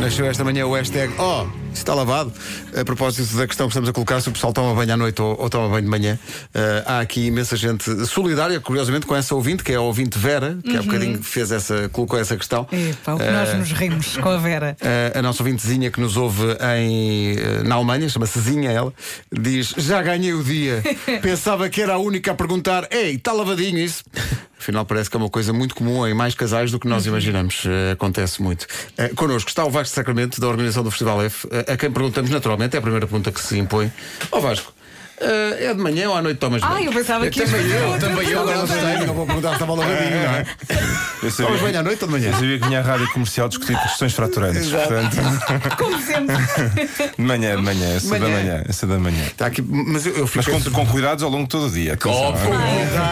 Nasceu esta manhã o hashtag Oh, isso está lavado. A propósito da questão que estamos a colocar, se o pessoal toma banho à noite ou, ou toma banho de manhã, eh, há aqui imensa gente solidária, curiosamente, com essa ouvinte, que é a ouvinte Vera, que há bocadinho fez essa, colocou essa questão. Uhum. Epá, o que nós Eh, nos rimos com a Vera. eh, a nossa ouvintezinha que nos ouve em, eh, na Alemanha, chama-se Zinha ela, diz: Já ganhei o dia. Pensava que era a única a perguntar: Ei, está lavadinho isso? Afinal, parece que é uma coisa muito comum em mais casais do que Uhum. nós imaginamos. Eh, acontece muito. Eh, connosco está o Vasco Sacramento, da organização do Festival F, eh, a quem perguntamos naturalmente, é a primeira pergunta que se impõe: Ó Vasco, eh, é de manhã ou à noite tomas banho? É Ah, eu pensava que ia Também fazer eu, outra também eu, agora não pergunta. sei, não vou perguntar se estava lavadinho, não é? Eu Tomas sabia, banho à noite ou de manhã? eu sabia que vinha à rádio comercial discutir questões fraturantes. Portanto, Como sempre. de manhã, de manhã, essa da Manhã. manhã, essa da manhã. Está aqui, mas eu, eu Mas fiquei com, com cuidados ao longo de todo o dia. atenção. Óbvio,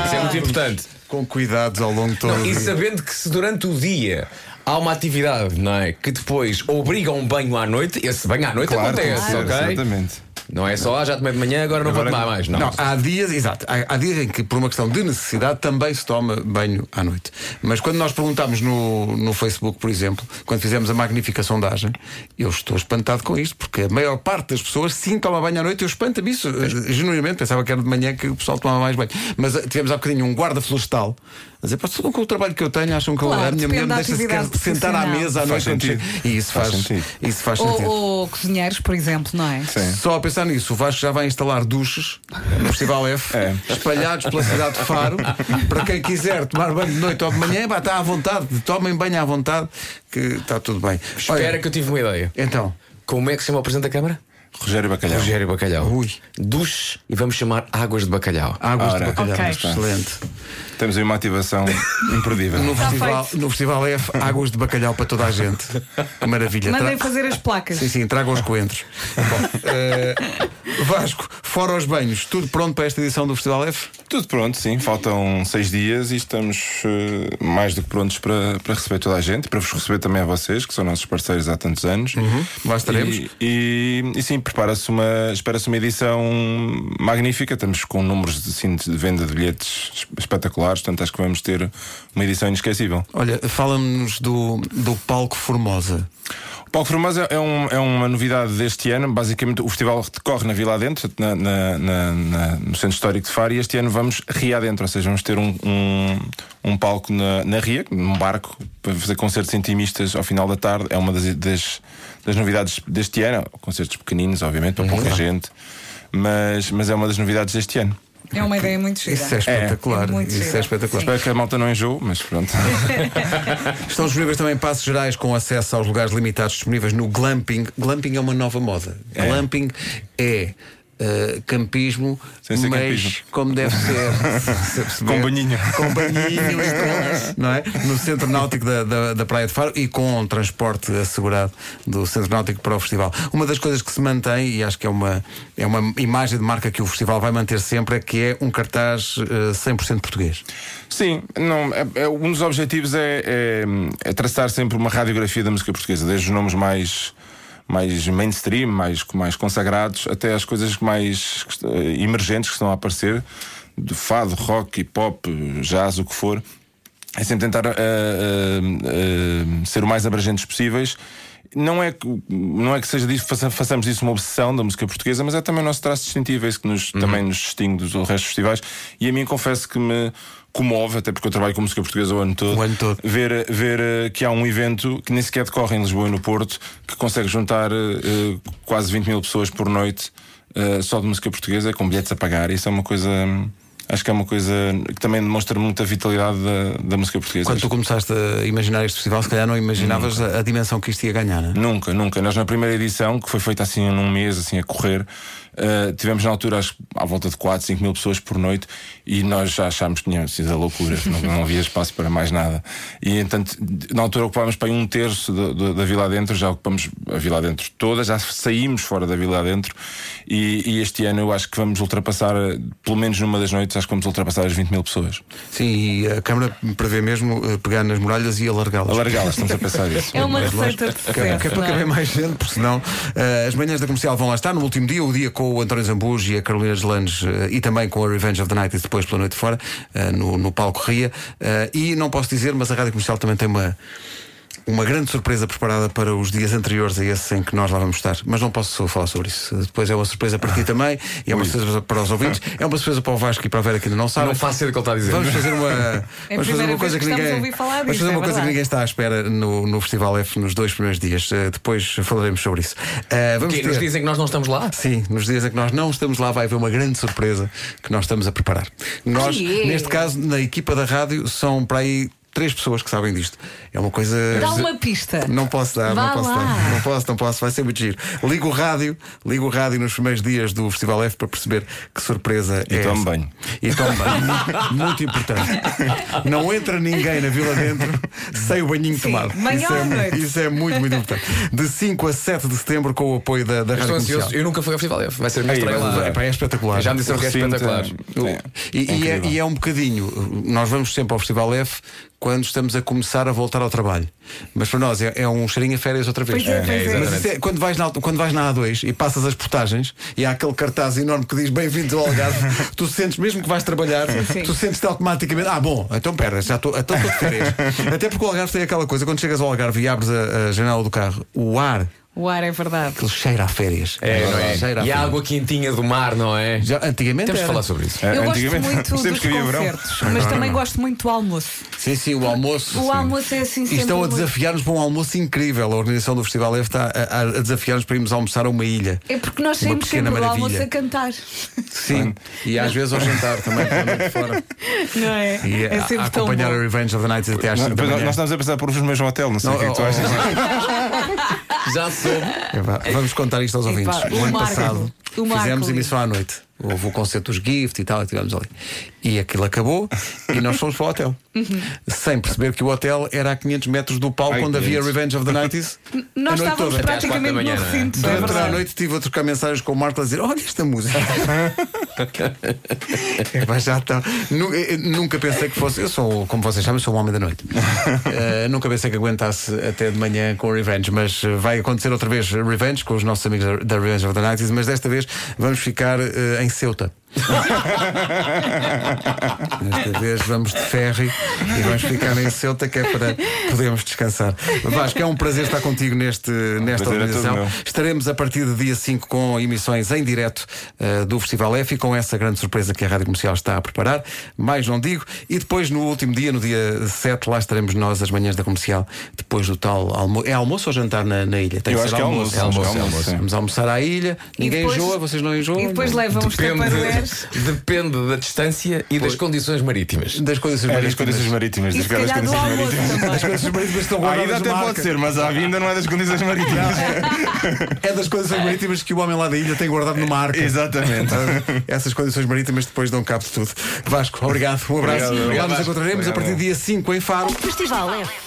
isso é muito importante. com cuidados ao longo de todo o E dia. sabendo que se durante o dia há uma atividade, não é? Que depois obriga um banho à noite, esse banho à noite Claro, acontece, claro, ok? Exatamente. Não é só, ah, já tomei de manhã, agora não Agora- vou tomar mais. Não. Não, há dias, exato, há, há dias em que, por uma questão de necessidade, também se toma banho à noite. Mas quando nós perguntámos no, no Facebook, por exemplo, quando fizemos a magnífica sondagem, eu estou espantado com isto, porque a maior parte das pessoas sim toma banho à noite, eu espanto-me isso, eh, genuinamente, pensava que era de manhã que o pessoal tomava mais banho. Mas eh, tivemos há bocadinho um guarda florestal. A dizer, "Pá, com o trabalho que eu tenho, acham que eu- Claro, a minha mulher depende me da deixa sequer atividade sentar à profissional. mesa à noite Faz quando sentido. chego?" E isso faz, Faz sentido. Isso faz Ou, sentido. ou cozinheiros, por exemplo, não é? Sim. Só a pensar nisso, o Vasco já vai instalar duches no Festival F, É. espalhados pela cidade de Faro, para quem quiser tomar banho de noite ou de manhã, pá, está à vontade, tomem banho à vontade, que está tudo bem. Espera Olha, que eu tive uma ideia. Então, Como é que se chama o presidente da Câmara? Rogério Bacalhau. Rogério Bacalhau. Ui. Duche e vamos chamar águas de bacalhau. águas Ora, de bacalhau, ok. excelente. Temos aí uma ativação imperdível. No festival, feito. no festival F, águas de bacalhau para toda a gente. Que maravilha. Mandem Tra- fazer as placas. Sim, sim, tragam os coentros. Bom, eh, Vasco, fora os banhos, tudo pronto para esta edição do Festival F? Tudo pronto, sim. Faltam seis dias e estamos eh, mais do que prontos para, para receber toda a gente, para vos receber também a vocês, que são nossos parceiros há tantos anos. Uhum. Lá estaremos. E, e- e sim, prepara-se uma, espera-se uma edição magnífica. Estamos com números de, assim, de venda de bilhetes es- espetaculares, portanto acho que vamos ter uma edição inesquecível. Olha, fala-nos do, do palco Formosa. O Palco Formosa é, um- é uma novidade deste ano. Basicamente, o festival decorre na Vila Adentro, na- na- na- na- no Centro Histórico de Faro, e este ano vamos Ria Adentro, ou seja, vamos ter um, um- um palco na, na Ria, num barco, para fazer concertos intimistas ao final da tarde. É uma das, das- das novidades deste ano. Concertos pequeninos, obviamente, para pouca gente, mas, mas é uma das novidades deste ano. É uma ideia muito gira. Isso é espetacular. É muito isso gira. é espetacular. Espero que a malta não enjoe, mas pronto. Estão disponíveis também passos gerais com acesso aos lugares limitados disponíveis no glamping. Glamping é uma nova moda. Glamping é. eh, campismo, Sem ser mas campismo. como deve ser, se perceber. Com banhinho. Com banhinho, não é? No centro náutico da, da, da Praia de Faro e com um transporte assegurado do centro náutico para o festival. Uma das coisas que se mantém, e acho que é uma, é uma imagem de marca que o festival vai manter sempre, é que é um cartaz eh, 100% português. Sim, não, é- é- um dos objetivos é, é- é traçar sempre uma radiografia da música portuguesa, desde os nomes mais, mais mainstream, mais, mais consagrados, até as coisas mais eh, emergentes que estão a aparecer, de fado, rock, hip hop, jazz, o que for. É sempre tentar eh, eh, eh, ser o mais abrangentes possíveis. Não é, que, não é que seja disso, faça- façamos disso uma obsessão da música portuguesa, mas é também o nosso traço distintivo, é isso que Uhum. nos, também nos distingue dos restos dos festivais. E a mim confesso que me comove, até porque eu trabalho com música portuguesa o ano todo, O ano todo. ver, ver eh, que há um evento que nem sequer decorre em Lisboa e no Porto, que consegue juntar eh, eh, quase 20 mil pessoas por noite eh, só de música portuguesa, com bilhetes a pagar. Isso é uma coisa. hum, Acho que é uma coisa que também demonstra muita vitalidade da, da música portuguesa. Quando tu começaste a imaginar este festival, se calhar não imaginavas a, a dimensão que isto ia ganhar, né? Nunca, nunca. Nós na primeira edição, que foi feita assim num mês, assim a correr, eh, tivemos na altura acho, à volta de 4, 5 mil pessoas por noite e nós já achámos que tínhamos sido a loucura, que não, não havia espaço para mais nada. E entanto, de- na altura ocupámos para aí um terço do- do- da Vila Adentro, já ocupamos a Vila Adentro toda, já saímos fora da Vila Adentro e, e este ano eu acho que vamos ultrapassar, eh, pelo menos numa das noites, acho que vamos ultrapassar as 20 mil pessoas. Sim, e a Câmara prevê mesmo eh, pegar nas muralhas e alargá-las. Alargá-las, estamos a pensar isso. É uma Mais longe. receita de Que é, que é sucesso. para não é? caber mais gente, porque senão eh, as manhãs da comercial vão lá estar no último dia, o dia com o António Zambujo e a Carolina Gelandes eh, e também com a Revenge of the Night e depois pela noite fora, eh, no, no palco Ria. Eh, e não posso dizer, mas a Rádio Comercial também tem uma. uma grande surpresa preparada para os dias anteriores a esse em que nós lá vamos estar. Mas não posso falar sobre isso. Depois é uma surpresa Ah. para ti também, e é uma surpresa para os ouvintes, é uma surpresa para o Vasco e para a Vera que ainda não sabem. Não faço ideia do que ele está a dizer. Vamos fazer uma, É a vamos fazer primeira uma vez coisa que que estamos ninguém a ouvir falar vamos disto, fazer é uma coisa que verdade. ninguém está à espera no, no Festival F nos dois primeiros dias. Eh, depois falaremos sobre isso. Eh, vamos Porque nos ter- dizem que nós não estamos lá? Ah, Sim, nos dias em que nós não estamos lá vai haver uma grande surpresa que nós estamos a preparar. Nós, Ai, é. neste caso, na equipa da rádio, são para aí três pessoas que sabem disto. É uma coisa. Dá uma pista. Não posso dar, não Vá posso lá. dar. Não posso, não posso, vai ser muito giro. Ligo o rádio, ligo o rádio nos primeiros dias do Festival F para perceber que surpresa E é. tomo essa. banho. E tomo banho. muito, muito importante. Não entra ninguém na vila dentro sem o banhinho tomado. manhã isso, é, à mu- noite. isso é muito, muito importante. De 5 a 7 de setembro, com o apoio da, da Estou Rádio Comercial. ansioso. Eu nunca fui ao Festival F. Vai ser a minha Aí, estreia vai lá. usar. É, pá, é espetacular. Já me disseram O que é recinto, espetacular. é, O- e, é e é, incrível. e é um bocadinho. Nós vamos sempre ao Festival F quando estamos a começar a voltar ao trabalho. Mas para nós é, é um cheirinho a férias outra vez. Pois é, É, pois é. Mas isso é, quando, vais na, auto- quando vais na A2 e passas as portagens e há aquele cartaz enorme que diz bem-vindos ao Algarve, tu sentes, mesmo que vais trabalhar, sim. tu sentes-te automaticamente. Ah, bom, então pera, já estou então estou de férias. Até porque o Algarve tem aquela coisa, quando chegas ao Algarve e abres a, a janela do carro, o ar, O ar é verdade. aquele cheira a férias. É, não é? Cheira a E a férias. água quentinha do mar, não é? Já, antigamente Temos de era. falar sobre isso. Eh, Eu gosto Antigamente, muito dos sempre que havia verão. concertos, mas também gosto muito do almoço. Sim, sim, o almoço. O sim. almoço é assim E sempre. estão a muito- desafiar-nos para um almoço incrível. A organização do Festival F está a, a- a desafiar-nos para irmos almoçar a uma ilha. É porque nós Uma saímos pequena sempre do almoço a maravilha. cantar. Sim. E às vezes ao jantar também, para muito fora. Não é? E é a, a sempre tão acompanhar bom. a Revenge of the Nights até às Não, 5 da depois nós manhã. nós estamos a pensar por os mesmo hotel, não sei o que é que tu Oh, oh, achas. Já soube. É vá, Vamos contar isto aos Epá, ouvintes. o o ano Marco, passado o Marco. fizemos emissão à noite. Houve o concerto dos Gift e tal, e tivemos ali. E aquilo acabou e nós fomos para o hotel. Uhum. Sem perceber que o hotel era a 500 metros do palco Ai, onde havia 500. Revenge of the Nights. Nós a noite estávamos toda. às quatro da praticamente manhã, no não é? recinto. é Durante a verdade. noite estive a trocar mensagens com o Marco a dizer: Olha esta música. Epá, já está. Nu- eh, Nunca pensei que fosse. Eu sou, como vocês sabem, sou um homem da noite. Eh, nunca pensei que aguentasse até de manhã com o Revenge, mas eh, vai acontecer outra vez Revenge com os nossos amigos da- da Revenge of the Nights, mas desta vez vamos ficar eh, em Ceuta. Desta vez vamos de ferry e vamos ficar em Ceuta, que é para podermos descansar. Vasco, é um prazer estar contigo neste, nesta Prazer é todo organização. meu. Estaremos a partir de dia 5 com emissões em direto eh, do Festival F e com essa grande surpresa que a Rádio Comercial está a preparar. Mais não digo. E depois, no último dia, no dia 7, lá estaremos nós, as manhãs da comercial, depois do tal almoço. É almoço ou jantar na, na ilha? Tem Eu que acho ser que é almoço. almoço. acho que é almoço, é almoço, sim. Vamos almoçar à ilha. E Ninguém depois- enjoa, vocês não enjoam. E depois levam os taparoeiros. Depende, depende da distância e das condições marítimas. das condições É das marítimas. condições marítimas. E das se calhar do condições almoço marítimas. As também. condições marítimas estão A guardadas ida até marca. pode ser, mas a vinda não é das condições marítimas. É das condições marítimas que o homem lá da ilha tem guardado numa arca. Exatamente. Essas condições marítimas depois dão cabo de tudo. Vasco, obrigado. Um abraço. Obrigado, lá obrigado, nos Vasco. encontraremos a partir do dia Obrigado. 5 em Faro. Festival F.